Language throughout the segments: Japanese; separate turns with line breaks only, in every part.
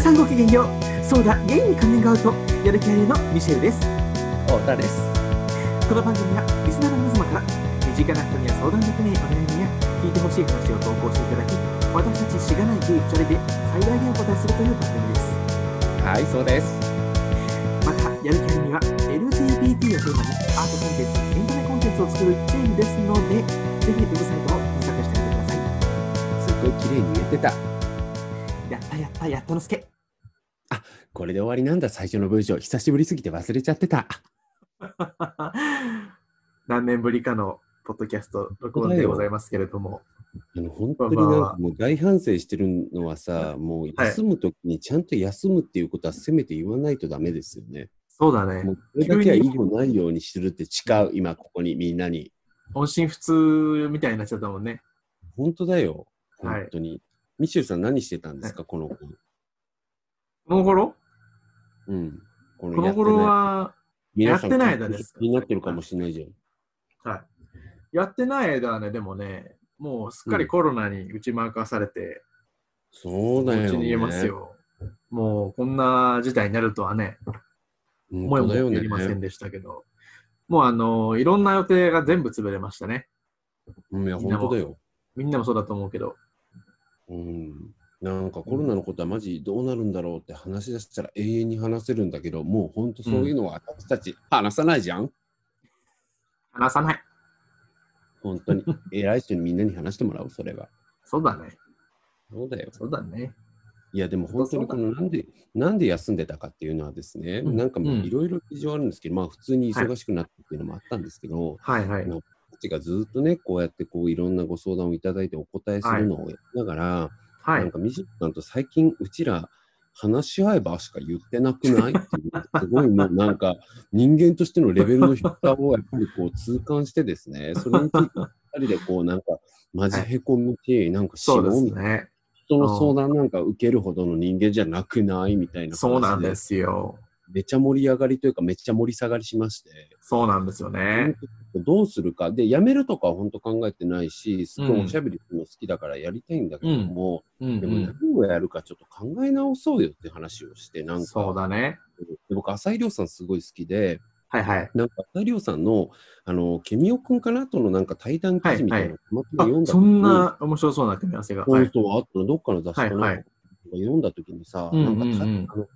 さんごきげんようそうだゲイにカミングアウトやる気ありのミシェルです
太田です。
この番組はリスナーの皆様から身近な人には相談できないお悩みや聞いてほしい話を投稿していただき私たちしがないゲイ2人で最大限お答えするという番組です
はい、そうです。
またやる気ありには LGBT をテーマにアートコンテンツエンタメコンテンツを作るチームですのでぜひウェブサイトを検索してみてください
すごい綺麗に言えてた。
やったやったやったのすけ
これで終わりなんだ、最初の文章。久しぶりすぎて忘れちゃってた。
何年ぶりかのポッドキャスト録音でございますけれども、
あの本当になんかもう大反省してるのはさ、もう休むときにちゃんと休むっていうことはせめて言わないとダメですよね。
そうだね
もうこれだけは意義もないようにするって誓う、今ここにみんなに。
音信不通みたいになっちゃったもんね
本当だよ。
はい
本当に。ミシェルさん何してたんですか、この子。
この頃
うん。こ
この頃は、
やってない、
やってない間です
気になってるかもしれないじゃん。
はい、やってない間はねでもねもうすっかりコロナに打ち負かされて、
そうだよ、ね。
うちに言えますよもうこんな事態になるとはね思
本
い
当
も
だよ
よ
ね。
りませんでしたけど、もうあのいろんな予定が全部潰れましたね
うん、いや、
みんな
本
も
当だよ。
みんなもそうだと思うけど
うん。なんかコロナのことはマジどうなるんだろうって話し出したら永遠に話せるんだけど、もう本当そういうのは私たち話さないじゃん。
話さない
本当 に。偉い人にみんなに話してもらう、それは。
そうだね
そうだよ。
そうだね
いや、でも本当にこのなんで、なんで休んでたかっていうのはですね、
うん
なんかもううんいろいろ事情あるんですけど、まあ普通に忙しくなったっていうのもあったんですけど、
はいはい
私たちがずっとね、こうやってこういろんなご相談をいただいてお答えするのをやりながら、
は
なん
い
かミシさんと最近うちら話し合えばしか言ってなくないっていうすごいもうなんか人間としてのレベルの低さをやっぱりこう痛感してですねそれについて2人でこうなんかマジへこむ し、なんか死
そう
ぬ
です
みたいな
ね
人の相談なんか受けるほどの人間じゃなくないみたいな話
そうなんですよ
めちゃ盛り上がりというかめちゃ盛り下がりしまして。
そうなんですよね
どうするかで辞めるとかは本当考えてないしすごいおしゃべりするの好きだからやりたいんだけども、
うん
でも何をやるかちょっと考え直そうよって話をして、な
うんん
か、
そうだね
で僕、浅井亮さんすごい好きで、
はいはい
なんか浅井亮さんの、あの、ケミオくんかなとのなんか対談記事みたいなのをたまたま
あ
読んだ
そ
時に
ん、な面白そうな組み合わせが。
そう
はい
そう、あとのどっかの雑誌かな、
はいはい
読んだ時にさ、
うんう
なん
うん
んかた、あの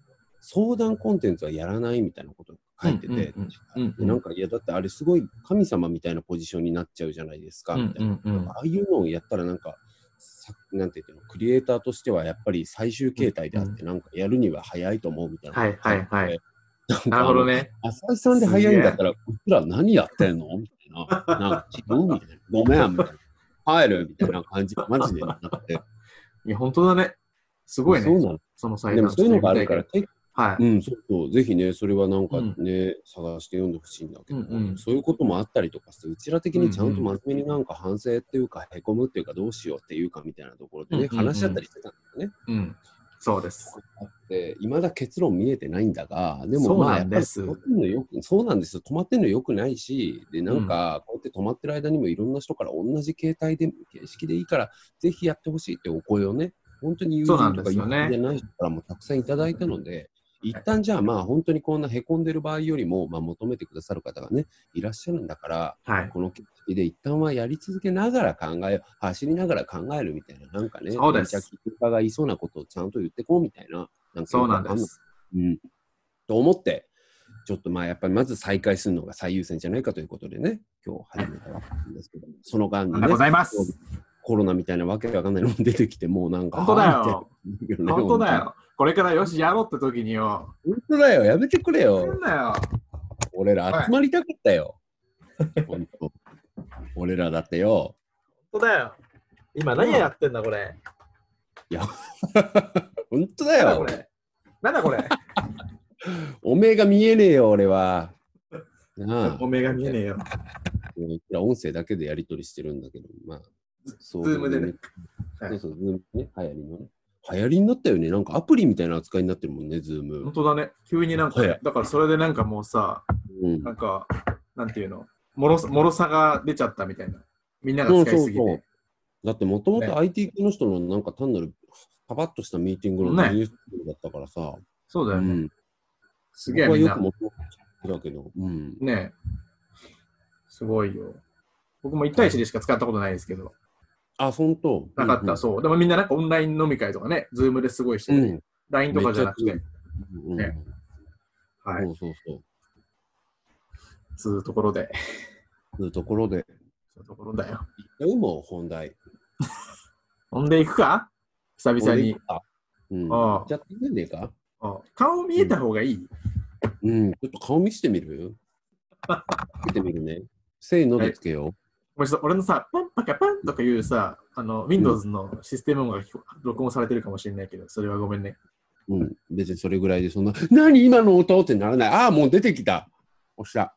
相談コンテンツはやらないみたいなこと書いてて、
うんうんうんうん
でなんか、いや、だってあれすごい神様みたいなポジションになっちゃうじゃないですか、
う
み
ん
たいな。
うんうん
ああいうのをやったらなんか、さなんていうの、クリエイターとしてはやっぱり最終形態であって、なんかやるには早いと思うみたいな。。
はいはいはい
なんか
なるほど。ね。
浅井さんで早いんだったら、うちら何やってんのみたいな。なんか違うみたいな。ごめんみたいな。帰るみたいな感じがマジでなって。す
いや、本当だね。すごい
そう
ね。
な
その
の。
最
で
後
もそういうのがあるから、結
はい。
うん、そうそう、ぜひね、それはなんかね、探して読んでほしいんだけど、
うんうん
そういうこともあったりとかして、うちら的にちゃんと
うんう
真面目になんか反省っていうか、へこむっていうか、どうしようっていうかみたいなところでね、
うんうんうん
話し合ったりしてたんだよね。
うん。そうです。
で、いまだ結論見えてないんだが、でも
そう
まあ、
な
やっ
ん
ぱり
です
止まってんのよく、そうなんですよ、止まってんのよくないし、で、なんか、こうやって止まってる間にもいろんな人から同じ形態で、形式でいいから、ぜひやってほしいってお声をね、本当に友人
そうなん
と
で
か
す
友
よね
人じゃない人からもたくさんいただいたので、一旦じゃあまあ本当にこんなへこんでる場合よりも、まあ、求めてくださる方がねいらっしゃるんだから
はい。
この形式で一旦はやり続けながら考え走りながら考えるみたいななんかね
そうです
めちゃくちゃがいそうなことをちゃんと言ってこうみたいななんか
そうなんです。
うん、と思ってちょっとまあやっぱりまず再開するのが最優先じゃないかということでね今日始めたわけなんですけどもその間に
あ
ね
りがとうございま
そう
す。
コロナみたいなわけわかんないのも出てきてもうなんか
本当だ
あーって
よ。
いいよね
本当だよ。これからよし、やろうって時によ。
本当だよ、やめてくれ
や
よ
ん。なよ。
俺ら集まりたかったよ。本当俺らだってよ。
本当だよ。今
何や
ってんだ、これ。
本当だよ。
れ。なんだこれ。
おめえが見えねえよ、俺は。なあ
お、目が見えねえよ。
いくら音声だけでやり取りしてるんだけど、まあ、そう
ズームでね。
そ
はいう
そう、ズームね、流行りのね。流行りになったよね。なんかアプリみたいな扱いになってるもんね、ズー
本
ム。
当だね。急になんか
はい、
だからそれでなんかもうさ、
うん
なんか、なんていうの、もろさもろさが出ちゃったみたいな。みんなが
そう
使い
そう
すぎて。
そう。だってもともと
ね
IT 系の人のなんか単なるパパッとしたミーティングの
ね
ニュースだったからさ、
そうだ
う
よね。
ん、
すげえ
僕は
みん
よ
な
く。もだけど、うん、
ねえ。すごいよ。僕も1対1でしか使ったことないですけど、
あ、本当
なかった、
うん
そう。でもみんななんかオンライン飲み会とかね、ズームですごいして
う
る、
ん、
LINE とかじゃなく
めってち、うんうん
ねは
そ
い、
うそうそう。
つうところで、
というところで、
つうところだよ。
でも本題。
ほんで行くか久々に。
うん、
ああ
じゃあ、いいんねえか
あ顔見えた方がいい、
うん、ちょっと顔見してみる見てみるね。せーのでつけよ
ごめんちょっと俺のさ、パンパカパンとかいうさ、あの、Windows のシステム音が聞こ録音されてるかもしれないけど、それはごめんね。
う。うん、別にそれぐらいで、そんな、何今の音ってならない。ああ、もう出てきた。おっしゃ。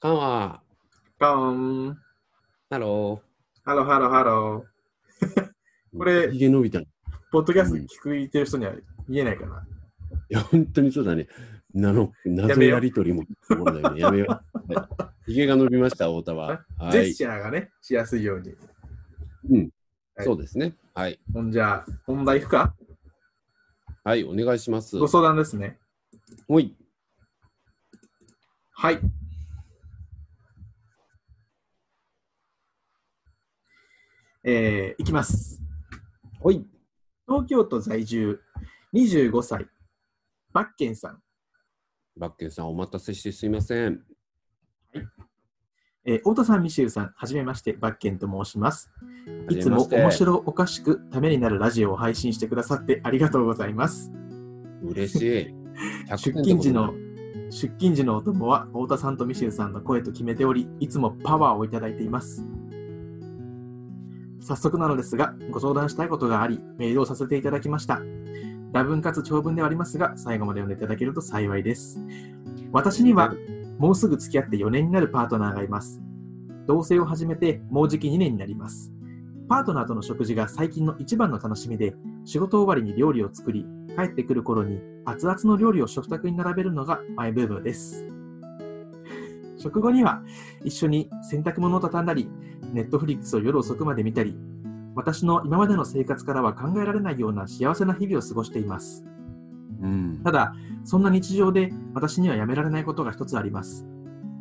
カンワ
パーン。
ハロ
ハローハローハ
ー。
ロこれ
ひげ伸びた。い
ー。ポッドキャスト聞いてる人には見えないかな。
や、本当にそうだね。なの謎やりとりもおもろいね。やめよう。はいひげが伸びました、太田は。は
ジェス
い。
チャーがね、しやすいように。
うん。
はい
そうですね。はい。
ほんじゃあ、本題いくか
はい、お願いします。
ご相談ですね。
おい。
はい。えー、いきます。
おい。
東京都在住、25歳、バッケンさん。
バッケンさん、お待たせしてすいません。
えー、太田さん、ミシューさん、はじめまして、バッケンと申します。いつも
はじめま
面
して
白おかしくためになるラジオを配信してくださってありがとうございます。
嬉しい。100
出
点
勤時
って
の出勤時のお供は太田さんとミシェルさんの声と決めており、いつもパワーをいただいています。早速なのですが、ご相談したいことがあり、メールをさせていただきました。多文かつ長文ではありますが、最後まで読んでいただけると幸いです。私にはもうすぐ付き合って4年になるパートナーがいます。同棲を始めてもうじき2年になります。パートナーとの食事が最近の一番の楽しみで、仕事終わりに料理を作り、帰ってくる頃に熱々の料理を食卓に並べるのがマイブームです。食後には一緒に洗濯物を畳んだり、ネットフリックスを夜遅くまで見たり、私の今までの生活からは考えられないような幸せな日々を過ごしています。
うん
ただ、そんな日常で私にはやめられないことが一つあります。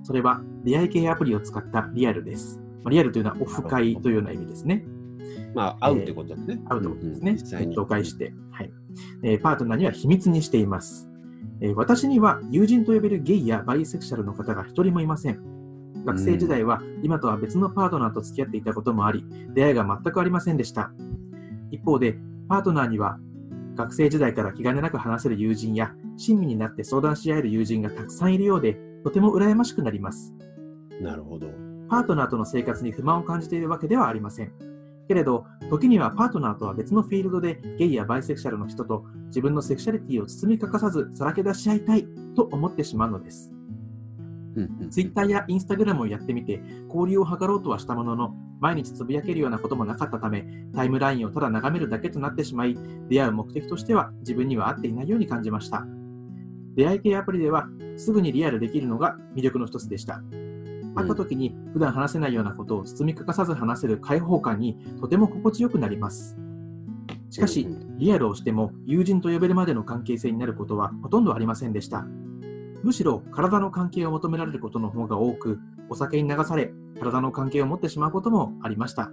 それは、出会い系アプリを使ったリアルです。まあリアルというのはオフ会というような意味ですね。
まあ、会うってことだね。
会うということですね。
ん実際に。
ネットを介して、はいえーパートナーには秘密にしています、えー私には友人と呼べるゲイやバイセクシャルの方が一人もいません。学生時代は今とは別のパートナーと付き合っていたこともあり、出会いが全くありませんでした。一方で、パートナーには学生時代から気兼ねなく話せる友人や、親身になって相談し合える友人がたくさんいるようで、とても羨ましくなります。
なるほど。
パートナーとの生活に不満を感じているわけではありません。けれど、時にはパートナーとは別のフィールドでゲイやバイセクシャルの人と自分のセクシャリティを包み隠さずさらけ出し合いたいと思ってしまうのです。
うん
ツイッターやインスタグラムをやってみて、交流を図ろうとはしたものの、毎日つぶやけるようなこともなかったため、タイムラインをただ眺めるだけとなってしまい、出会う目的としては自分には合っていないように感じました。出会い系アプリでは、すぐにリアルできるのが魅力の一つでした。会った時に普段話せないようなことを包み隠さず話せる開放感にとても心地よくなります。しかし
う、ん
リアルをしても友人と呼べるまでの関係性になることはほとんどありませんでした。むしろ体の関係を求められることの方が多く、お酒に流され、体の関係を持ってしまうこともありました。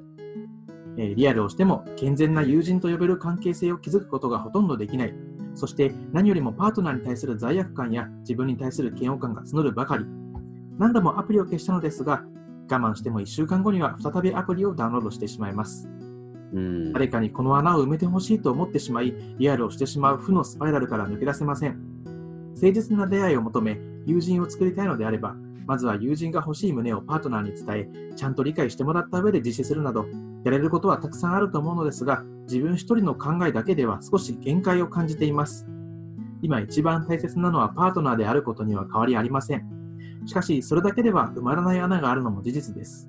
えーリアルをしても健全な友人と呼べる関係性を築くことがほとんどできない。そして何よりもパートナーに対する罪悪感や自分に対する嫌悪感が募るばかり。何度もアプリを消したのですが、我慢しても1週間後には再びアプリをダウンロードしてしまいます。
うん
誰かにこの穴を埋めてほしいと思ってしまい、リアルをしてしまう負のスパイラルから抜け出せません。誠実な出会いを求め、友人を作りたいのであれば、まずは友人が欲しい旨をパートナーに伝え、ちゃんと理解してもらった上で実施するなど、やれることはたくさんあると思うのですが、自分一人の考えだけでは少し限界を感じています。今一番大切なのはパートナーであることには変わりありません。しかし、それだけでは埋まらない穴があるのも事実です。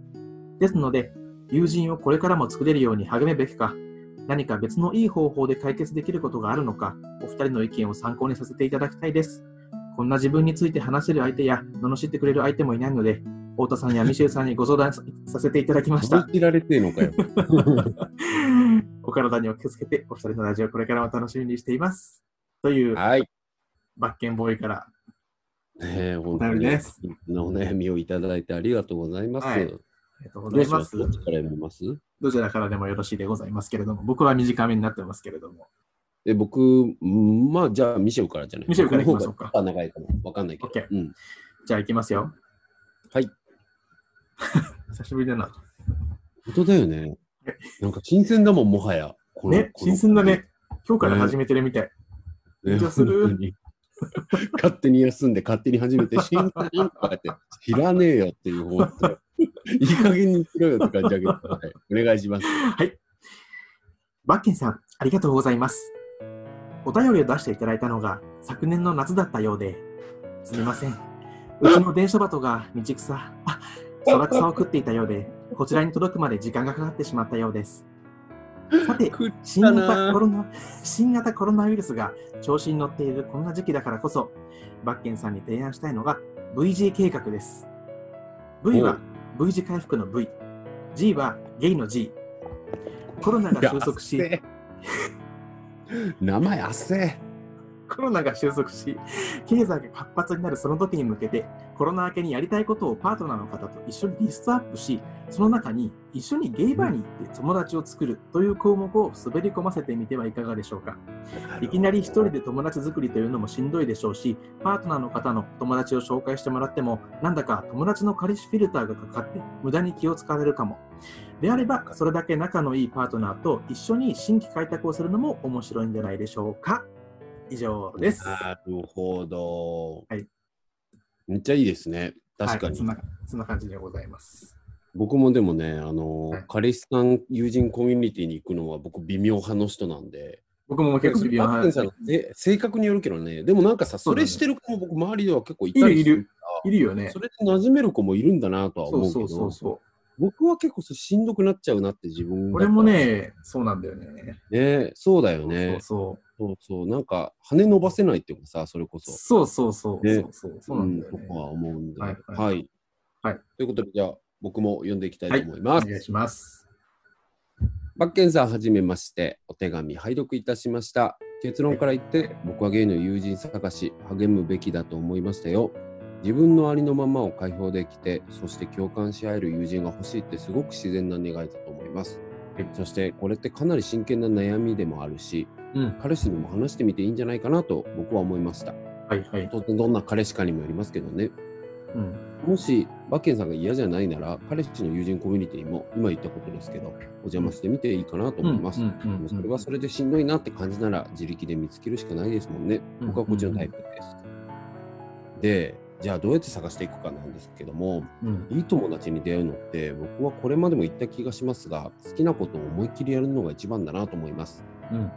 ですので、友人をこれからも作れるように励めべきか、何か別のいい方法で解決できることがあるのか、お二人の意見を参考にさせていただきたいです。こんな自分について話せる相手や、罵ってくれる相手もいないので、太田さ んやミシェルさんにご相談ささせていただきました
信。じられてるのかよ。
おお体にお気をつけて、お二人のラジオこれからも楽しみにしています。という、
はい。
バッケンボーイから。
ねえ、本当
便り
に、
です
お悩みをいただいてありがとうございます。
はいありがとうご
どう
ざい
し
ま
ますど
す。
っちから読みます
どちらからでもよろしいでございますけれども、僕は短めになってますけれども。
え、僕、うんまあ、じゃあ、ミシェルからじゃない
ミシェルから行きましょうか
僕の方が長いかも。わかんないけど。
OK
うん。
じゃあ行きますよ。
はい。
久しぶりだな。
本当だよね。なんか新鮮だもん、もはや。この
ね、
この
新鮮だね。今日から始めてるみたい。
ね
緊張する
本当に勝手に休んで、勝手に始めて、新鮮とかって、知らねえよっていう思って。いい加減にしろよって感じだけど、はいお願いします。
はい。バッケンさん、ありがとうございます。お便りを出していただいたのが昨年の夏だったようで、すみません。うちの電車鳩が道草、あ空草を食っていたようで、こちらに届くまで時間がかかってしまったようです。さて、
食っ
新型コロナ新型コロナウイルスが調子に乗っているこんな時期だからこそ、バッケンさんに提案したいのが VG 計画です。V は V 字回復の V、G はゲイの G。コロナが収束
いや
し、
汗名前汗
コロナが収束し、経済が活発になるその時に向けて、コロナ明けにやりたいことをパートナーの方と一緒にリストアップし、その中に一緒にゲイバーに行って友達を作るという項目を滑り込ませてみてはいかがでしょうか。いきなり一人で友達作りというのもしんどいでしょうし、パートナーの方の友達を紹介してもらっても、なんだか友達の彼氏フィルターがかかって、無駄に気を使われるかも。であれば、それだけ仲のいいパートナーと一緒に新規開拓をするのも面白いんじゃないでしょうか。以上です。
なるほど、
はい
めっちゃいいですね確か
はい
に、
そんなそんな感じでございます。
僕もでもねあの、
はい
彼氏さん友人コミュニティに行くのは僕微妙派の人なんで
僕も結構微妙
バッ
な
テンさんのえ性格によるけどねでもなんかさ
そ
そう
だね
れしてる子も僕周りでは結構いたりする
いるよね
そ。れで馴染める子もいるんだなとは
そ
思う
う
けど
そうそうそう。
僕は結構それしんどくなっちゃうなって自分だから
俺もね、そうなんだよね。
ねそうだよね
そうそう
そうそう、なんか羽伸ばせないっていうかさ、それこそ。
そう。そうそうそう。
ね
そうそうそうなんだよ
う
ね
と。かは思うんで。
は
はいい。
はいはい
ということで、じゃあ、僕も読んでいきたい
は
と
い
思います。
お願いします。
バッケンさん、はじめまして。お手紙、拝読いたしました。結論から言って、僕はゲイの友人探し、励むべきだと思いましたよ。自分のありのままを解放できて、そして共感し合える友人が欲しいってすごく自然な願いだと思います。そして、これってかなり真剣な悩みでもあるし、
うん。
彼氏にも話してみていいんじゃないかなと僕は思いました。
はいはい。
当然どんな彼氏かにもよりますけどね。
うん。
もし、バッケンさんが嫌じゃないなら、彼氏の友人コミュニティも、今言ったことですけど、お邪魔してみていいかなと思います。
うん
で
うん
も
う
そ
ん
れはそれでしんどいなって感じなら、自力で見つけるしかないですもんね。
うん
僕はこっちのタイプです。で、じゃあどうやって探していくかなんですけども、
うん。
いい友達に出会うのって、僕はこれまでも言った気がしますが、好きなことを思いっきりやるのが一番だなと思います。
うん。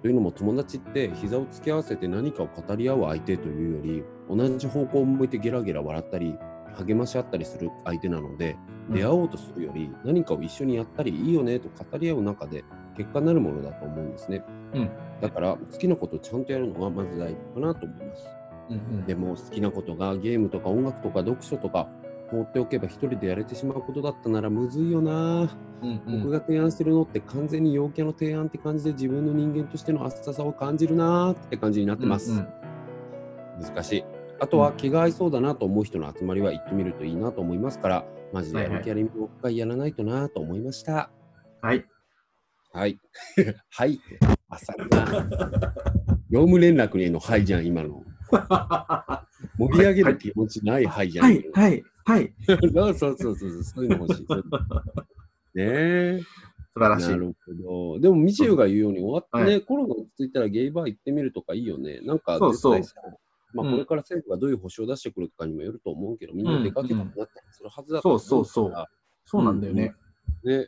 というのも友達って膝を突き合わせて何かを語り合う相手というより同じ方向を向いてゲラゲラ笑ったり励まし合ったりする相手なので
うん
出会おうとするより何かを一緒にやったりいいよねと語り合う中で結果になるものだと思うんですね、
うん
だから好きなことをちゃんとやるのがまず第一歩かなと思います
うん。
でも好きなことがゲームとか音楽とか読書とか放っておけば一人でやれてしまうことだったならむずいよなぁ
うんう
僕
ん。
が提案してるのって完全に陽キャの提案って感じで自分の人間としての浅さを感じるなーって感じになってます、
うん
難しいあとは気が合いそうだなと思う人の集まりは行ってみるといいなと思いますからマジでやる気ありみをやらないとなーと思いました
はい。
はい はい浅いな業務連絡への「はい」じゃん今の
は
盛り上げる気持ちない「はい」じゃん、
い。はい。はい。
そう そうそうそうそういうの 欲しいそういうの欲しいねえ
素晴らしい
な。るほど。でも、ミシェルが言うように、終わってね、
は
コロナ落ち着いたらゲイバー行ってみるとかいいよね。なんか、
そうそう
絶対さまあ、
うん
これから政府がどういう保障を出してくるかにもよると思うけど、みんな出かけたくなったりするはずだと思
そうそうそう
から
そうなんだよね。
ね、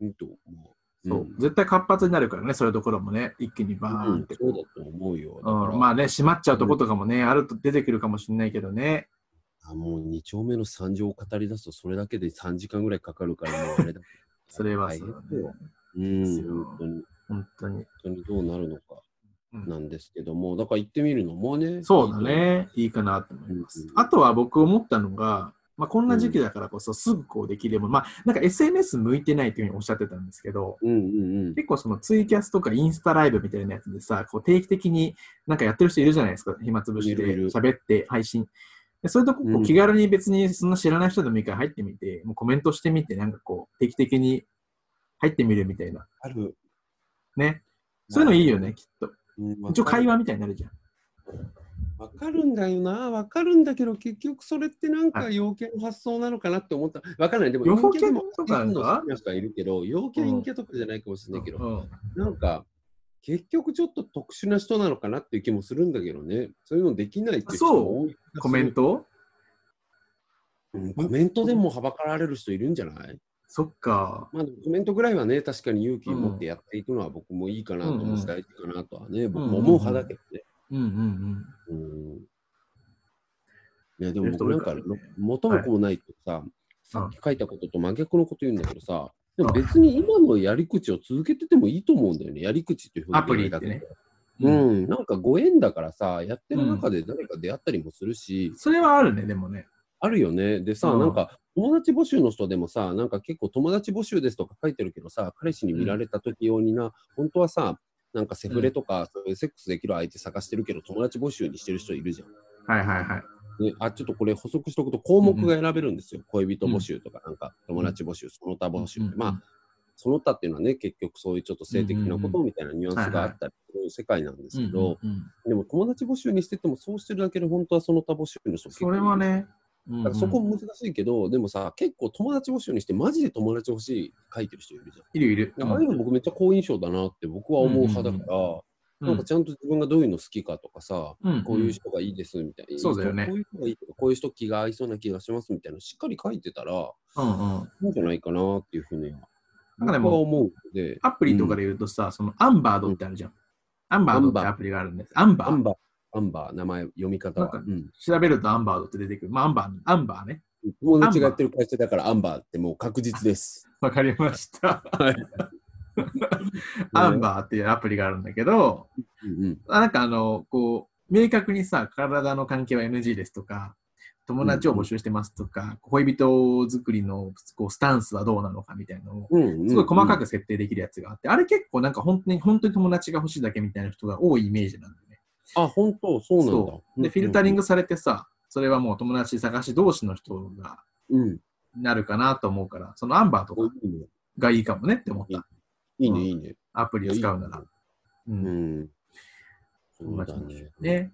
いいと思う。
そう。絶対活発になるからね、そういうところもね、一気にバ
うん
ーンって。
そうだと思うよ。だから、
うん、まあね、閉まっちゃうとことかもね、あると出てくるかもしれないけどね。
あもう2丁目の惨状を語り出すと、それだけで3時間ぐらいかかるから、もうあれだ。
それは
大
そう
変
だ
だ
ね
よ。う
ですよ
ん、本当に、
本当に。
本当にどうなるのか
うん
なんですけども、だから行ってみるのもね、
そうだね。いいかなと思います
う。ん
あとは僕思ったのが、まあ、こんな時期だからこそすぐこうできれば、まあ、なんか SNS 向いてないというふうにおっしゃってたんですけど、
うんうんうん。
結構そのツイキャスとかインスタライブみたいなやつでさ、こう定期的になんかやってる人いるじゃないですか。暇つぶしで
いるいる
喋って配信。でそれとこ
う
うん気軽に別にそんな知らない人でもいいから入ってみて、もうコメントしてみて、なんかこう定期的に入ってみるみたいな。
ある。
ね。そういうのいいよね、きっと。
うん。
一応会話みたいになるじゃん。
わかるんだよな、わかるんだけど、結局それってなんか陽キャの発想なのかなって思った。わかんない、でも
陽キャ
でも
とかなんか
好きな人はいるけど、陽キャ、陰キャとかじゃないかもしれないけど、
うん
なんか、結局ちょっと特殊な人なのかなっていう気もするんだけどね。そういうのできないっていう人も多い気がする
コメン、ト
うんコメントでもはばかられる人いるんじゃない
そっか。
まあ、コメントぐらいはね、確かに勇気を持ってやっていくのは僕もいいかなと思うし、大事かなとはね、僕も思う派だけどね。
うんうんうん。
うんいやでも
やる人
僕
多
ないん
か
から
ね
ろ元も子もないとさ、さっき書いたことと真逆のこと言うんだけどさ、でも別に今のやり口を続けててもいいと思うんだよね、やり口っていうふうに
アプリってね
う。ん、なんかご縁だからさ、やってる中で誰か出会ったりもするし、
それはあるね、でもね。
あるよね。でさ、
うん
なんか友達募集の人でもさ、なんか結構友達募集ですとか書いてるけどさ、彼氏に見られた時用にな、本当はさ、なんかセフレとか、そういうセックスできる相手探してるけど、友達募集にしてる人いるじゃん。
はいはいはい。
ね、あちょっとこれ補足しておくと項目が選べるんですよ、恋人募集とか、なんか友達募集、その他募集、
うんうんうん
まあその他っていうのはね結局そういうちょっと性的なことみたいなニュアンスがあったりする世界なんですけど、
うんうんうん
でも友達募集にしててもそうしてるだけで本当はその他募集の人結構
それはね。
だからそこ難しいけど、でもさ結構友達募集にしてマジで友達欲しい書いてる人いるじゃん。
いるいる。
ああいうの僕めっちゃ好印象だなって僕は思う派だから、なんかちゃんと自分がどういうの好きかとかさ、
うん
こういう人がいいですみたいな、
そうだよね
こういう人がいいとか、こういう人気が合いそうな気がしますみたいな、しっかり書いてたら、い
うんうん。
いんじゃないかなっていうふうには、
なんかで
僕は
も、
思うので、
アプリとかで言うとさ、そのアンバードってあるじゃん。アンバードってアプリがあるんです。アンバ
アン
ー
バー、アンバー、名前、読み方は。
なんか
うん
調べるとアンバードって出てくる。まあ、アンバー、アンバーね。
友達がやってる会社だから、アンバーってもう確実です。
わかりました。
はい。
アンバーっていうアプリがあるんだけど、
うんうん
あなんかあの、こう、明確にさ、体の関係は NG ですとか、友達を募集してますとか、恋人作りのこうスタンスはどうなのかみたいなのを、
うんうんうん
すごい細かく設定できるやつがあって、あれ結構なんか本当に、本当に友達が欲しいだけみたいな人が多いイメージなんだよね。
あ、本当、そうなんだ。
そうで、フィルタリングされてさ、それはもう友達探し同士の人が
うん。うん
なるかなと思うから、そのアンバーとかがいいかもねって思った。
いいね、いいね。
アプリを使うなら。う。
うんん。そう
友達
だ
の
ね。
ね。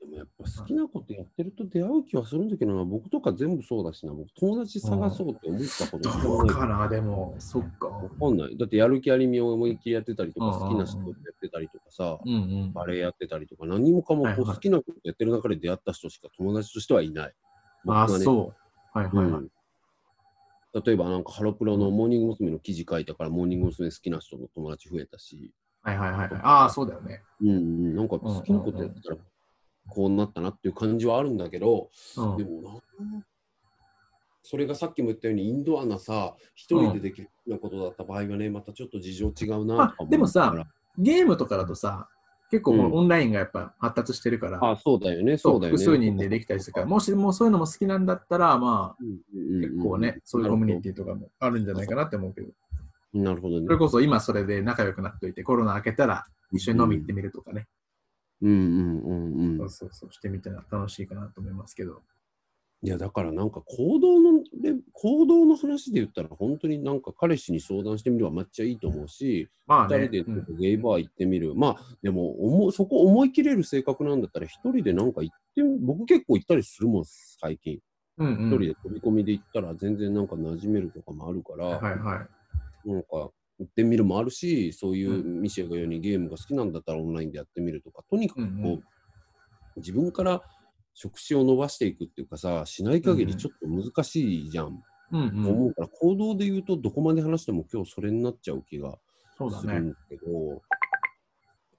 でもやっぱ好きなことやってると出会う気はするんだけどな、僕とか全部そうだしな、僕友達探そうって思ったこと一
ど
度
う
もない
かな、でも、そっか。
わかんない。だってやる気ありみを思いっきりやってたりと
うん
か、
うんう
好
ん
きな人やってたりとかさ、
うんうん。
バレエやってたりとか、何もかも
はい
こ
は
う
い
好きなことやってる中で出会った人しか友達としてはいない。
ああ、
僕はね
そう。はいは
う
いはい。
ん例えばなんかハロプロのモーニング娘。の記事書いたから、モーニング娘。好きな人の友達増えたし、
はいはいはいはい。ああ、そうだよね。
うんうん、なんか好きなことやってたら、こうなったなっていう感じはあるんだけど、
うん
で。もな、それがさっきも言ったように、インドアなさ、一人でできるようなことだった場合はね、またちょっと事情違うなとか
あでも
思
さ
うから、
ゲームとかだとさ、結構もううんオンラインがやっぱ発達してるから、
あ、そうだよね、
そ
そううだよね。
複数人でできたりするから、もしもうそういうのも好きなんだったら、まあ、結
結
構ね、そういうコミュニ
テ
ティとかもあるんじゃないかなって思うけど、
ィ。なるほどね
それ。こそ今それで仲良くなっておいて、コロナ明けたら一緒に飲み行ってみるとかね、
うんうんうんうん
そう。そうそうしてみたら楽しいかなと思いますけど、
いや、だからなんか行動のレ、行動の話で言ったら、本当になんか彼氏に相談してみればめっちゃいいと思うし、
まあ
二
ね
人、でち
う
ょっ
ん
とゲイバー行ってみる。まあ、でも思う、そこ思い切れる性格なんだったら、一人でなんか行ってみ、僕結構行ったりするもん、最近。
うん
一
うん
人で飛び込みで行ったら全然なんか馴染めるとかもあるから、
はいはい。
なんか行ってみるもあるしそういうミシェルが言うようにゲームが好きなんだったらオンラインでやってみるとかとにかくこう、
うんうん
自分から職種を伸ばしていくっていうかさしない限りちょっと難しいじゃん、
うん
と
う
思
ん、
うから行動で言うとどこまで話しても今日それになっちゃう気が
そうだ
する
ね。
んだけど、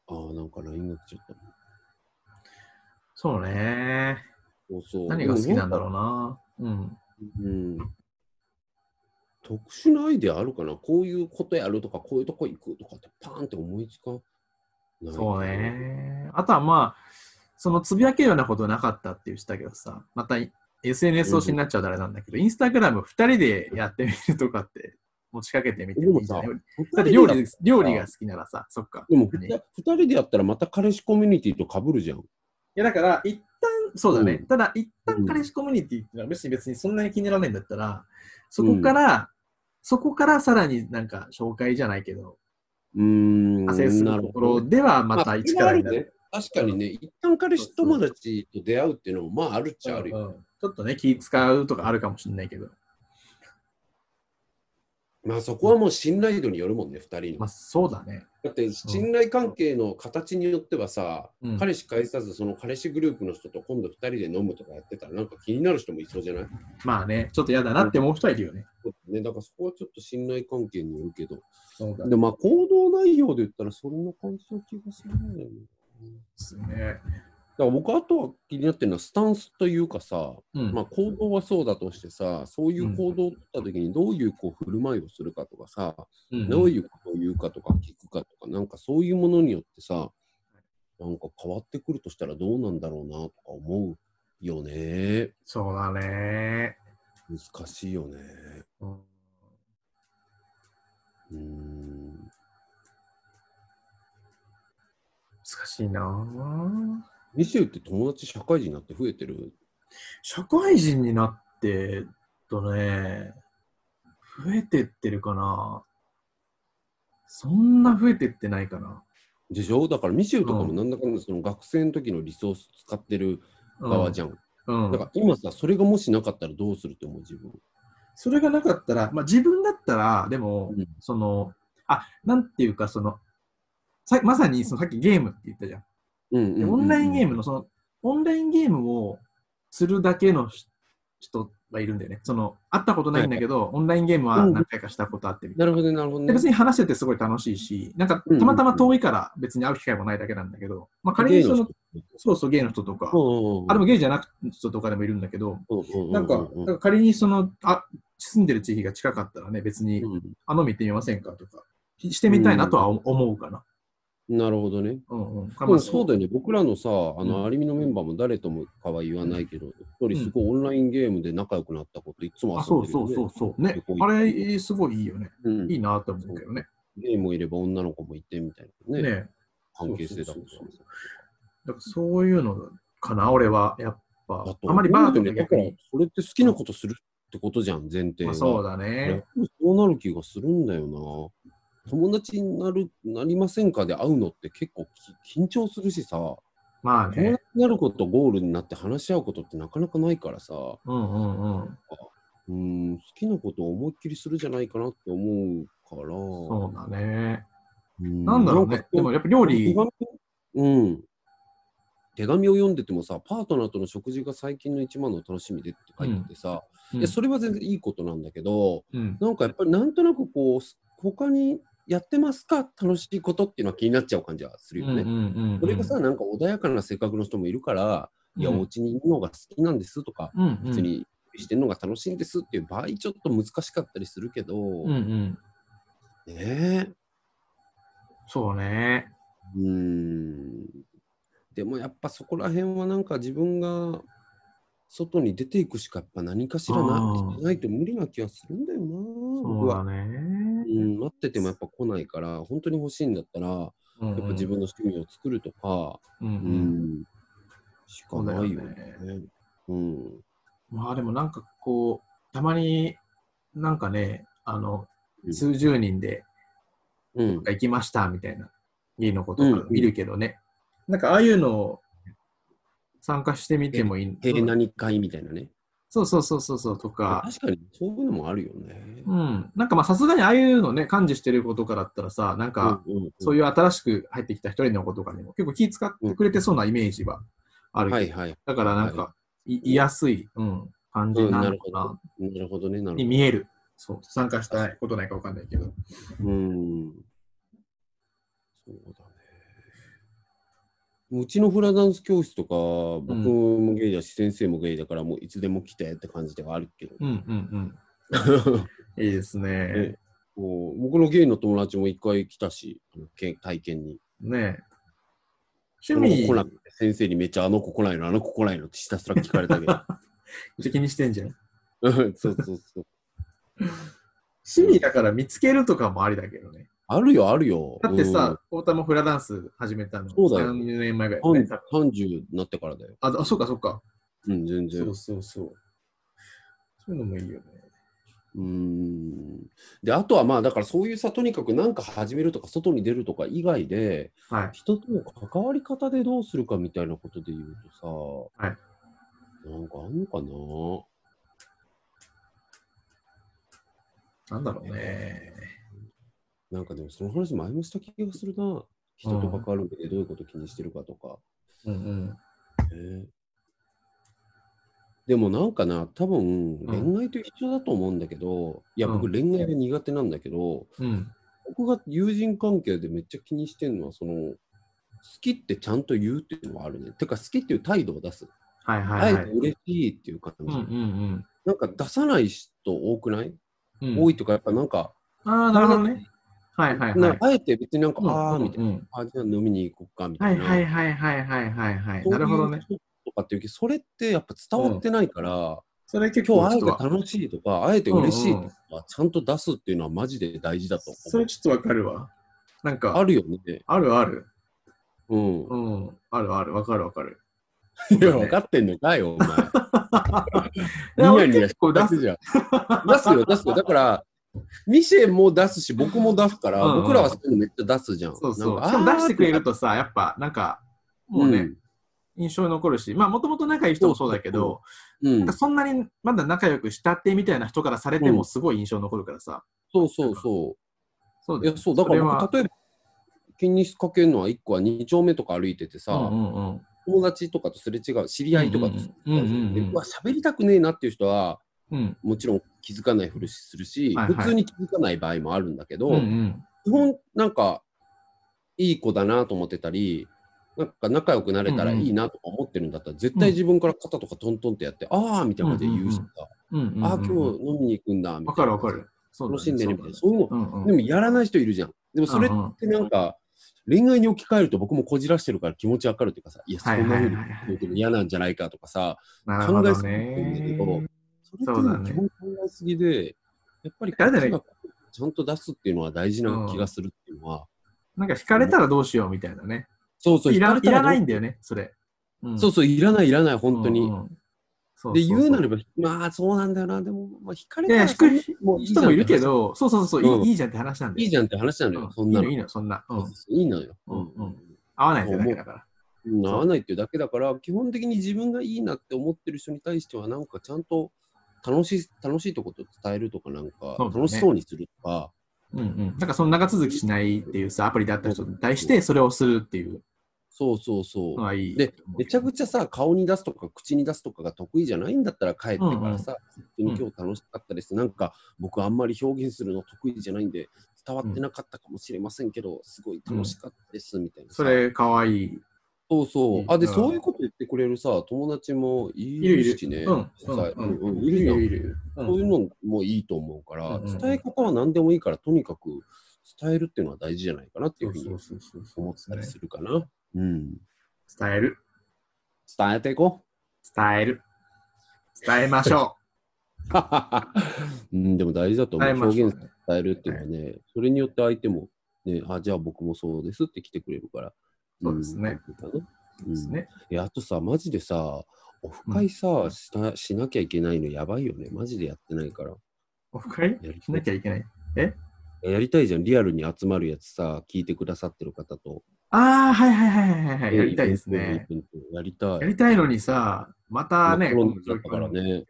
ああなんか LINE が来ちゃった
そうね。
そうそう
何が好きなんだろうな。うん。
うん特殊なアイデアあるかなこういうことやるとか、こういうとこ行くとかってパーンって思いつかない。
そう。ね。あとはまあ、そのつぶやけるようなことはなかったって言ってたけどさ、また SNS SNS 推しになっちゃうとあれなんだけど、インスタグラム2人でやってみるとかって持ちかけてみてもいいんじゃない
で
だって料理です料理が好きならさ、そっか。
でも、ふ
別
た
にい
二人でやったらまた彼氏コミュニティとかぶるじゃん。
や、だから、一旦、そうだね。
うん
ただ、一旦
うん
彼氏コミュニティっていうのは別に別にそんなに気にならないんだったら、そこから、そこからさらになんか紹介じゃないけど、
うーん。
派生する
な
と
ほ
こ
ど
ろではま
ま
た
あ
一からにな
それはあね
る。
確かにね、一旦彼氏友達と出会うっていうのも、まあ、あるっちゃあるよ。
うんうんちょっとね、気使うとかあるかもしれないけど、
まあ、そこはもう信頼度によるもんね、二人
ま
の
あ。そうだね。
だって、信頼関係の形によってはさ、
うん
彼氏返さず、その彼氏グループの人と今度二人で飲むとかやってたら、なんか気になる人もいそうじゃない
まあね、ちょっと嫌だなって思う人はいるよね。
ね、だからそこはちょっと信頼関係によるけど。
そうだ
で、まあ、行動内容で言ったら、そんな感じの気がするんだよね。
すね。
だから僕、あとは気になってるのは、スタンスというかさ、
うん。
まあ、行動はそうだとしてさ、そういう行動を取ったときに、どういうこう振る舞いをするかとかさ、
うん
どういうことを言うかとか聞くかとか、なんかそういうものによってさ、なんか変わってくるとしたらどうなんだろうなとか思うよね。
そうだね。
難しいよね。
うん
うーん。
難しいなぁ
ミシェルって友達社会人になって増えてる
社会人になって、えっとね、増えてってるかなそんな増えてってないかな、
でしょだからミシェルとか
う
も
ん
なんだかんだその学生の時のリソース使ってる
うん、
側じゃん。
うん
だから今さ、それがもしなかったらどうするって思う自分。
それがなかったら、まあ、自分だったら、でも、
うん
その、あ、なんていうか、その、さまさにそのさっきゲームって言ったじゃん。
うんうんう
で
んうん
オンラインゲームの、その、オンラインゲームをするだけの人人はいるんだよね。その、会ったことないんだけど、オンラインゲームは何回かしたことあってみたいな
なるほどね、なるほど
で
ね。
別に話しててすごい楽しいし、なんか
うん
たまたま遠いから別に会う機会もないだけなんだけど、まあ仮にその、そうそうゲイの人とか、あ、でもゲイじゃなくて人とかでもいるんだけど、なんか、なんか仮にその、あ、住んでる地域が近かったらね、別に、あの見てみませんかとか、ししてみたいなとは思思うかな。
なるほどね。
うんうん。
でもそうだよね、僕らのさ、あ
うん
のアリミのメンバーも誰ともかは言わないけど、一人すごいオンラインゲームで仲良くなったこと、いつも
あ、
遊
そ
ん
う
でるよね
そうそうそう。ね
旅行、行
あ
って
れ、すごいいいよね。
うん
いいなと思うけどね。
ゲームもいれば女の子もいてみたいなね、
ね
関係性だもんね
そうそうそだからそういうのかな、俺は、やっぱ
あ。と
あまりバーとか
だ
逆
から
に。
それって好きなことするってことじゃん、前提が。
まあそうだね。
そうなる気がするんだよな。友達になるなりませんかで会うのって結構き緊張するしさ、友
まあ
達
ね。
になることゴールになって話し合うことってなかなかないからさ、
うんうんうん。
うん、好きなことを思いっきりするじゃないかなって思うから、
そうだね。
うん
なんだろう
な
ね
か。
でもやっぱ料理
手、紙うん、手紙を読んでてもさ、パートナーとの食事が最近の一番の楽しみでって書いてあってさ、
うん
いやそれは全然いいことなんだけど、
うん
なんかやっぱりなんとなくこう、他にやってますか楽しいことっていうのは気になっちゃう感じはするよね。
うんうんうん
それがさ、なんか穏やかな性格の人もいるから、いや、お家にいるのが好きなんですとか、
うんうん
別にしてるのが楽しいんですっていう場合、ちょっと難しかったりするけど、
うんうん。
ねえ。
そうね。
うーん。でもやっぱそこら辺はなんか自分が外に出ていくしかやっぱ何かしら
あ
な
ー
ないと無理な気がするんだよな。僕
そうだ
は
ね。
うん、待っててもやっぱ来ないから、本当に欲しいんだったら、や
や
っぱ自分の趣味を作るとか、
うん
う
うん。
ん、しかないよね
そう。
うん。
まあでもなんかこう、たまになんかね、あ
う
の、
ん
数十人で
うん。
行きましたみたいな、家のことか
うん
見るけどね。なんかああいうのを参加してみてもいい。
平何会みたいなね。
そうそうそうそうそうとか。
確かにそういうのもあるよね。
うん、なんかまあさすがにああいうのね、感じしてることからだったらさ、なんか
うんうん
そういう新しく入ってきた一人の子とかにも結構気使ってくれてそうなイメージはあるけど、
はいはい。
だからなんか、いいやすい、うん、感じな
うんな
の
る
か
ほ
な、
どなるほどね、なるほ
に
ど。
見える。そう、参加したことないかわかんないけど。
うん。そうだね。うちのフラダンス教室とか、僕もゲイだし、先生もゲイだから、もういつでも来てって感じではある けど、
うんうんうん。いいですね
ね。こう僕のゲイの友達も一回来たし、あのけ体験に。
ね
あの子
趣味
来な、くて先生にめっちゃあの子来ないの、あの子来ないのってひたすら聞かれたけど、
めっちゃ気にしてんじゃん。
うんそうそうそう。
趣味だから見つけるとかもありだけどね。
あるよ、あるよ。
だってさ、太田もフラダンス始めたの。
そうだよ
30年前ぐら
うん、
い、ね。
30 30になってからだよ。
あ、あそうかそうか。
うん、全
そ
然
う。そうそう。そういうのもいいよね。
うーん。で、あとはまあ、だからそういうさ、とにかくなんか始めるとか、外に出るとか以外で、
はい。
人との関わり方でどうするかみたいなことで言うとさ、
は
なんかあんのかな
なんだろうね。
なんかでもその話前もした気がするな。人と関わる上でどういうこと気にしてるかとか。
うんうん。
ねでもなんかな、多分
うん
恋愛と一緒だと思うんだけど、いや、
う
僕
ん
恋愛が苦手なんだけど、
うん。
僕が友人関係でめっちゃ気にしてるのは、その、好きってちゃんと言うっていうのはあるね。てか、好きっていう態度を出す。
はい
あ
はい
え
は
て
い。
嬉しいっていう感じ。
うんうん
なんか出さない人多くない、
うん。うん
多いとか、やっぱなんか、
ああ、なるほどね。はいはいは。
ないあえて別になんか、
うん
ああ、みたいな、
うんうん
あじゃあ飲みに行こうか、みた
はいい
な。
はいはいはいはいはいはい。
そういう
なるほどね。
人とかっていうけどそれってやっぱ伝わってないから、
それ結
今
構
日あえ
ち
て
ょっとわ、
楽しいとか、あえて嬉しいと
うんうん
か、ちゃんと出すっていうのはマジで大事だと思う。
それちょっとわかるわ。なん
あ
か、
るよね。
あるある。
うん。
うん。あるある。わかるわかる。
いや、分かってんのかよ、お前。ニヤニヤしてるだけじゃん。出すよ、出すよ。だから、ミシェも出すし、僕も出すから、
うんうん
僕らはそういうのめっちゃ出すじゃん。
そうそう。
なんか
しか
あ
も
ー
出してくれるとさ、やっぱ、なんか、もうね、印象に残るし、まあ、もともと仲いい人もそうだけど、
うん。う
なん
ん
か、そんなにまだ仲良くしたってみたいな人からされても、すごい印象に残るからさ。
そうそうそう。
そう
い
だよ
や、そう、だから
それは
僕、例えば、気にかけるのは1個は2丁目とか歩いててさ、
うんうんうん。
友達とかとすれ違う、知り合いとかとすれ違うじゃ
うんうんうん
ん。
う
で
んうん
うわ、喋りたくねえなっていう人は、
うん。
もちろん気づかないふりするし、
はいはい
普通に気づかない場合もあるんだけど、
うんうん。
基本、なんか、いい子だなと思ってたり、なんか仲良くなれたらいいなとか思ってるんだったら、絶対自分から肩とかトントンってやって、ああみたいな感じで言うしさ、
うんうんうん。
ああ、今日飲みに行くんだ、みたいな。
わかるわかる。。そうだね
楽しんでね、みたいな。
そう
そういうの
だねうんうん
でもやらない人いるじゃん。でもそれ
うんうん
ってなんか、恋愛に置き換えると僕もこじらしてるから気持ちわかるっていうかさ、いや、そ
はい
んな
はい
ふう
はい
に言っても嫌なんじゃないかとかさ、
なる
考
ほ
え
ど
すぎてんだけ
ね
ど、。それっていうのは基本考えすぎで、やっぱりこっち
だからね
がちゃんと出すっていうのは大事な気がするっていうのは、
なんか惹かれたらどうしようみたいなね。
そうそう、
いら
惹かれた
いらない
ど
んだよね、それ。うん
うそうそう、いらない、いらない、本当
うん
に
う。んそ
で、言うな
ら
れば、まあ、そうなんだよな、でも、まあ、惹かれ
いや
た
い
ら
や、引く
そんなもういいじゃ
人
ん
もいるけど、そうそうそう、
うん
いいいいじゃんって話なん
い
で。
いじゃんって話なの
う
よ
ん、
そんない
い
の。
の、いいの、そんな。うん
いいのよ。
うんうん合わないってだけだから。
うん合わないっていうだけだから、基本的に自分がいいなって思ってる人に対しては、なんかちゃんと楽しい、楽しいとこと伝えるとか、なんか、
そうだね
楽しそうにするとか、
うんうん。なんかその長続きしないっていうさ、アプリであった人に対して、それをするっていう
そうそうそ
の
う。
はいい。
で、めちゃくちゃさ、顔に出すとか、口に出すとかが得意じゃないんだったら、帰ってからさ、
うんうん
本当に今日楽しかったです。なんか、僕あんまり表現するの得意じゃないんで、伝わってなかったかもしれませんけど、すごい楽しかったです、みたいなさ。
それ、かわいい。
そうそう。あ、で、
うん
そういうこと言ってくれるさ、友達もい
いるい
る
る。
しね。
うん。
実
うん
際
う
うん
ん
うん
い
い
る
る
い
じゃん
るいる。う
そうんいうのもいいと思うから、
うんうんうん
伝え方は何でもいいから、とにかく伝えるっていうのは大事じゃないかなっていうふうに
そうそうそうそう
思ったりするかな。うん。
伝える。
伝えていこ
伝える。伝えましょ
う。 うん、でも大事だと
う。
思
伝え
う。
ま
表
しょ
現
う。
伝えるっていうのはね、それによって相手も、ね、あ、じゃあ僕もそうですって来てくれるから。ん
そうですね。
いいかな
そうですね。
いや、あとさ、マジでさ、オフ会さ、したしなきゃいけないのやばいよね。マジでやってないから。
オフ会
やり
しなきゃいけない。
やりたいじゃん。リアルに集まるやつさ、聞いてくださってる方と。
ああ、はいはいはいはいはい。やりたいですね。
イベント。やりたい。
やりたいのにさ、またね、
コロ
こ
ナ
の状
だ
況
ったからね。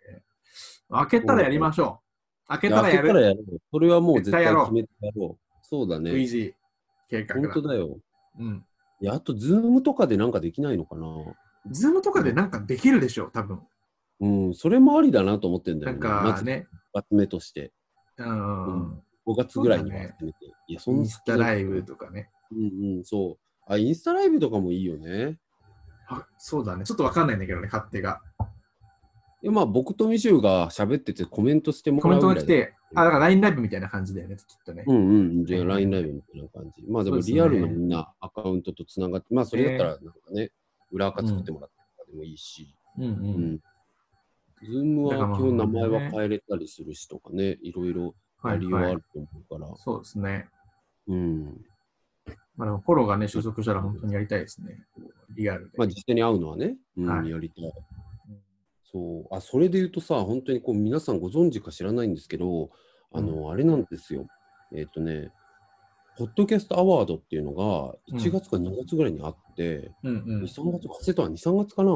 開けたらやりましょう。開け
い
た
や
ら
開
や
けたら
る。
やろう。それはもう絶対
絶対やろう
決めてやろう。そうだ
類
ね。
似計画
本
だ
当。だよ。
うん。
いや、あと、ズームとかでなんかできないのかな。
ズームとかでなんかできるでしょ、多分。
うん、それもありだなと思ってんだ
な
よ
ん
ね。ま
か
ず
ね、
一発目として。
うんうんうん。
5月ぐらいに
そうだね
集めて。いや、そん
イ
な
ンスタライブとかね。
うんうん、そう。あ、インスタライブとかもいいよね。
あそうだね。ちょっとわかんないんだけどね、勝手が。
いやまあ、僕とミシューが喋っててコメントしても
コ
ら
メ
う
ン
ぐら
ト
い
が
だ
来て、あ、だから LINE ライブみたいな感じだよね、きっとね。
うんうん、じゃあ LINE ライブみたいな感じ。まあでも
そうですね
リアルのみんなアカウントとつながって、まあそれだったらなんかね、裏垢作ってもらったりとかでもいいし、
うんう。
うんん。ズーム
だからま
は
あ
基本名前は
ね
変えれたりするしとかね、いろいろ
は
あ
い
りよう
は
あ
い
る。と思うから。
そうですね。
うん。
まあ、でもコロがね、収束したら本当にやりたいですね。こうリアルで。
まあ実際に会うのはね、うん、
はい
やりたい
うん。
そう。あ、それで言うとさ、本当にこう皆さんご存知か知らないんですけど、あの、あれなんですよ。えっ、とね、ポッドキャストアワードっていうのが
うん
1月か2月ぐらいにあって、
うん
2、3月か、忘れたわ、2、3月かな、
う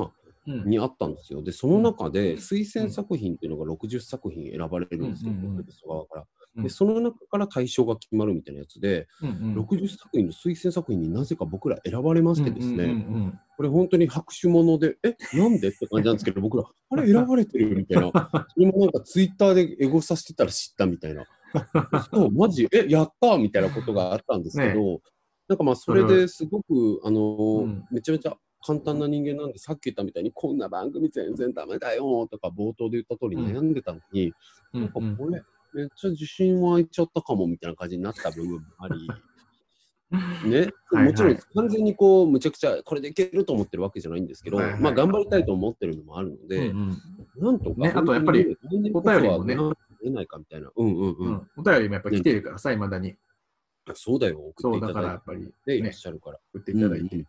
ん。うん
にあったんですよ。で、その中で推薦作品っていうのが60作品選ばれるんですよ、
うんうんう
ポ
ん
ッドキャスト側から
う。ん
で、その中から対象が決まるみたいなやつで、
うんうん
60作品の推薦作品になぜか僕ら選ばれましてですね、
うんうんうん
これ本当に拍手もので、え、なんでって感じなんですけ ど、僕ら、あれ選ばれてるよみたいな、それもなんかツイッターでエゴさしてたら知ったみたいな、そう、マジ、え、やったーみたいなことがあったんですけど、なんかまあ、それですごく、あのー
うん
めちゃめちゃ簡単な人間なんで、さっき言ったみたいに、こんな番組全然ダメだよーとか、冒頭で言った通り
うん
悩んでたのに、
うんうん
なんかこれ、めっちゃ自信湧いちゃったかもみたいな感じになった部分もあ り、ね、
はい
もちろん完全にこう、むちゃくちゃこれでいけると思ってるわけじゃないんですけど、
はいはい
まあ頑張りたいと思ってるのもあるの
う
で、
ん
なんとか、
ねあとやっぱり、
お
お便りもね
出ないかみたいな、うんうん
う
うん、
うんんお便りもやっぱ来てるからさ、いまだに。
そうだよ、送って
そう、
い
だ
た
からや
だ
っぱり
いていら
ね
っ、しゃるから。
送っていただい
うんう
て
ん。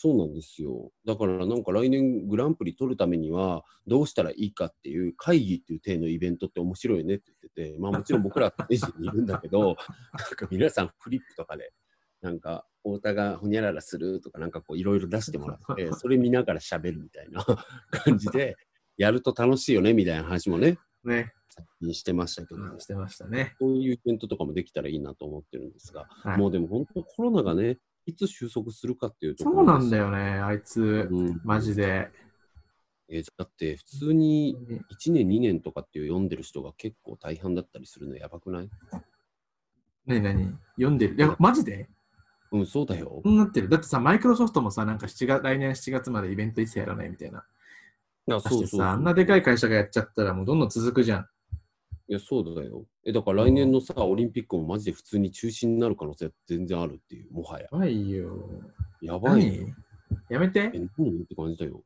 そうなんですよだからなんか来年グランプリ取るためにはどうしたらいいかっていう会議っていう体のイベントって面白いねって言っててまあもちろん僕らレジにいるんだけ どなんか皆さんフリップとかでなんか太田がほにゃららするとかなんかこういろいろ出してもら ってそれ見ながら喋るみたいな 感じでやると楽しいよねみたいな話もね
ね、
最近してましたけど。
うんしてましたね。
こういうイベントとかもできたらいいなと思ってるんですが、
はい
もうでも本当コロナがね、いつ収束するかっていうところ
そうな
です
ん
よ
だよね、あいつ。
うん
マジで。
えーだって普通に1年2年とかっていう読んでる人が結構大半だったりするのやばくない
ねなに読んでる。いや、マジで
うん、そうだよ
そ。うなってる。だってさ、マイクロソフトもさ、なんか7月来年7月までイベント一切やらないみたいな。
いや、
そしてさ、あんなでかい会社がやっちゃったら、もうどんどん続くじゃん。
いや、そうだよ。え、だから来年のさ、オリンピックもマジで普通に中止になる可能性全然あるっていう、もはや。
やばいよ。
やばいよ。
何やめて
え、。何って感じだよ。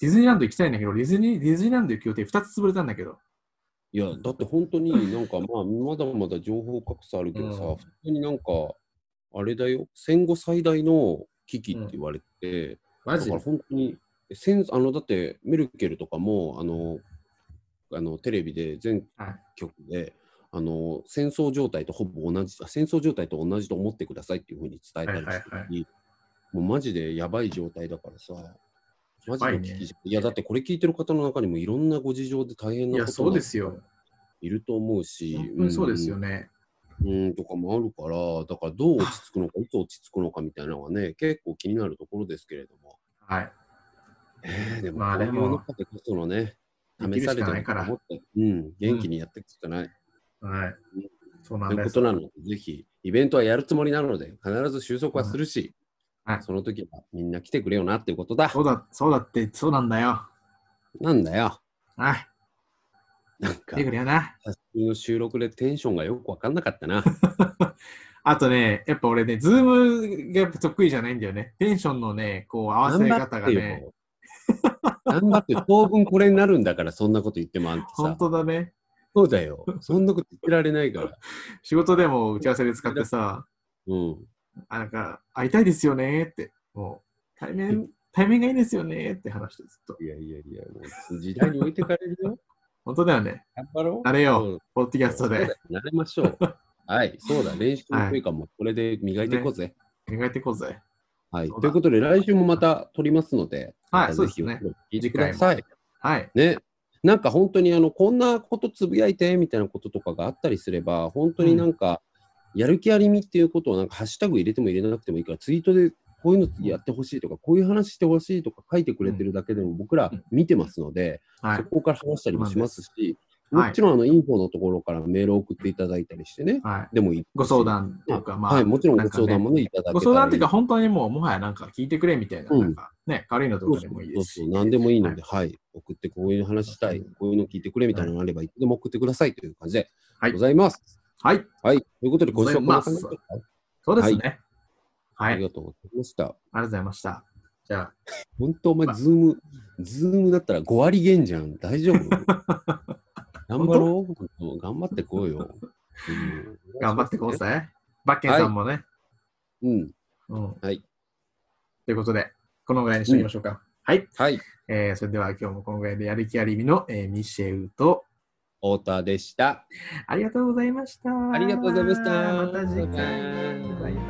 ディズニーランド行きたいんだけど、ディズニーディズニーランド行く予定2つ潰れたんだけど。
いや、だって本当になんか、まあ、まだまだ情報格差あるけどさ、
うん
普通になんか、あれだよ、戦後最大の危機って言われて、
マ
だ
ジ
から本当にせんあのだってメルケルとかもあのあのテレビで全
はい
局で、あの戦争状態とほぼ同じあ戦争状態と同じと思ってくださいっていうふうに伝えたりしてるし、
はいはい
もうマジでやばい状態だからさマジ
ばい
で
ね
危機じゃんいやだってこれ聞いてる方の中にもいろんなご事情で大変
い
な
や、
こ
そ
と
う
が
ですよ。
いると思うし
本当にそうですよね。
うん、とかもあるからだからどう落ち着くのかいつ落ち着くのかみたいなのはね結構気になるところですけれども。
はい。
えーでも、
まあでも
こういう中でこそのね、
生
試
きる
さ
し
れ
か
て
ない
ると
から
思って、うん、元気にやっていくしかない、
はい。そうな
と
ん
い
で
うこ
す
と。なので、ぜひ、イベントはやるつもりなので、必ず収束はするし、
うんはい
その時はみんな来てくれよなっていうことだ。
そうだ、そうだって、そうなんだよ。
なんだよ。
はい。
なんか
来、てくれよな。
久しぶりの収録でテンションがよくわかんなかったな。
あとね、やっぱ俺ね、ズームがやっぱ得意じゃないんだよね。テンションのね、こう合わせ
頑張
方
っ
が
て
ね、
よ。 頑張って、当分これになるんだから、そんなこと言ってもあんた
本
さ。
当だね。
そうだよ。そんなこと言ってられないから。
仕事でも打ち合わせで使ってさ、
うん。
あなんか、会いたいですよねって、もう、対面、対面がいいですよねって話してずっと。
いやいやいや、もう時代に置いてかれるよ。
本当だよね。
頑張ろう。
なれよ
うん
ポッドキャスト
そう
で
だ慣れましょ う。はい、そうだ、練習の成果もこれで磨いていこうぜ。
磨いていこうぜ。
はい、
そうだ
ということで、来週もまた撮りますので、
は
ま
い
た
そう
ぜ
です
ひ、
ね
聞いてください。
はい。
ね、なんか本当にあの、こんなことつぶやいてみたいなこととかがあったりすれば、本当になんか、やる気ありみっていうことをなんかハッシュタグ入れても入れなくてもいいから、ツイートでこういうのやってほしいとか、こういう話してほしいとか書いてくれてるだけでも僕ら見てますので、
は
そ
い。
こから話したりもしますし、
はい
もちろんあのインフォのところからメールを送っていただいたりしてね、
はい。
でもいいですし
ご相談というか、まあ、
はい、もちろん
なん
ご
かね
相談もね、いただけたら
ご相談っていうか、本当にもう、もはやなんか聞いてくれみたいな、
うん
なんかね、軽いのと
そう
か
そ
で
う
もいい
そ
で
うそ
すし
う、。何でもいいので、はい、送ってこういう話したい、こういうの聞いてくれみたいなのがあれば、いつでも送ってくださいという感じで
はい
ございます。
はい。
はい、ということで、ご視聴こんな感じで
ございそうですね。はい。あ
あ
り
り
が
がとうございました。
とうございました。じゃあ、
本当お前、ズーム、ズームだったら5割減じゃん。大丈 夫頑張ろう。本当頑張ってこうよ。うん
頑張ってください。バッケンさんもね。
うん。
うん。
はい。
ということで、このぐらいにしておきましょうか。はい。
はい。
えー、それでは今日もこのぐらいでやる気ありみの、えーミシェウと、
太田でした。
ありがとうございました。
ありがとうございました。
また次回。
バイバイ
バイバイ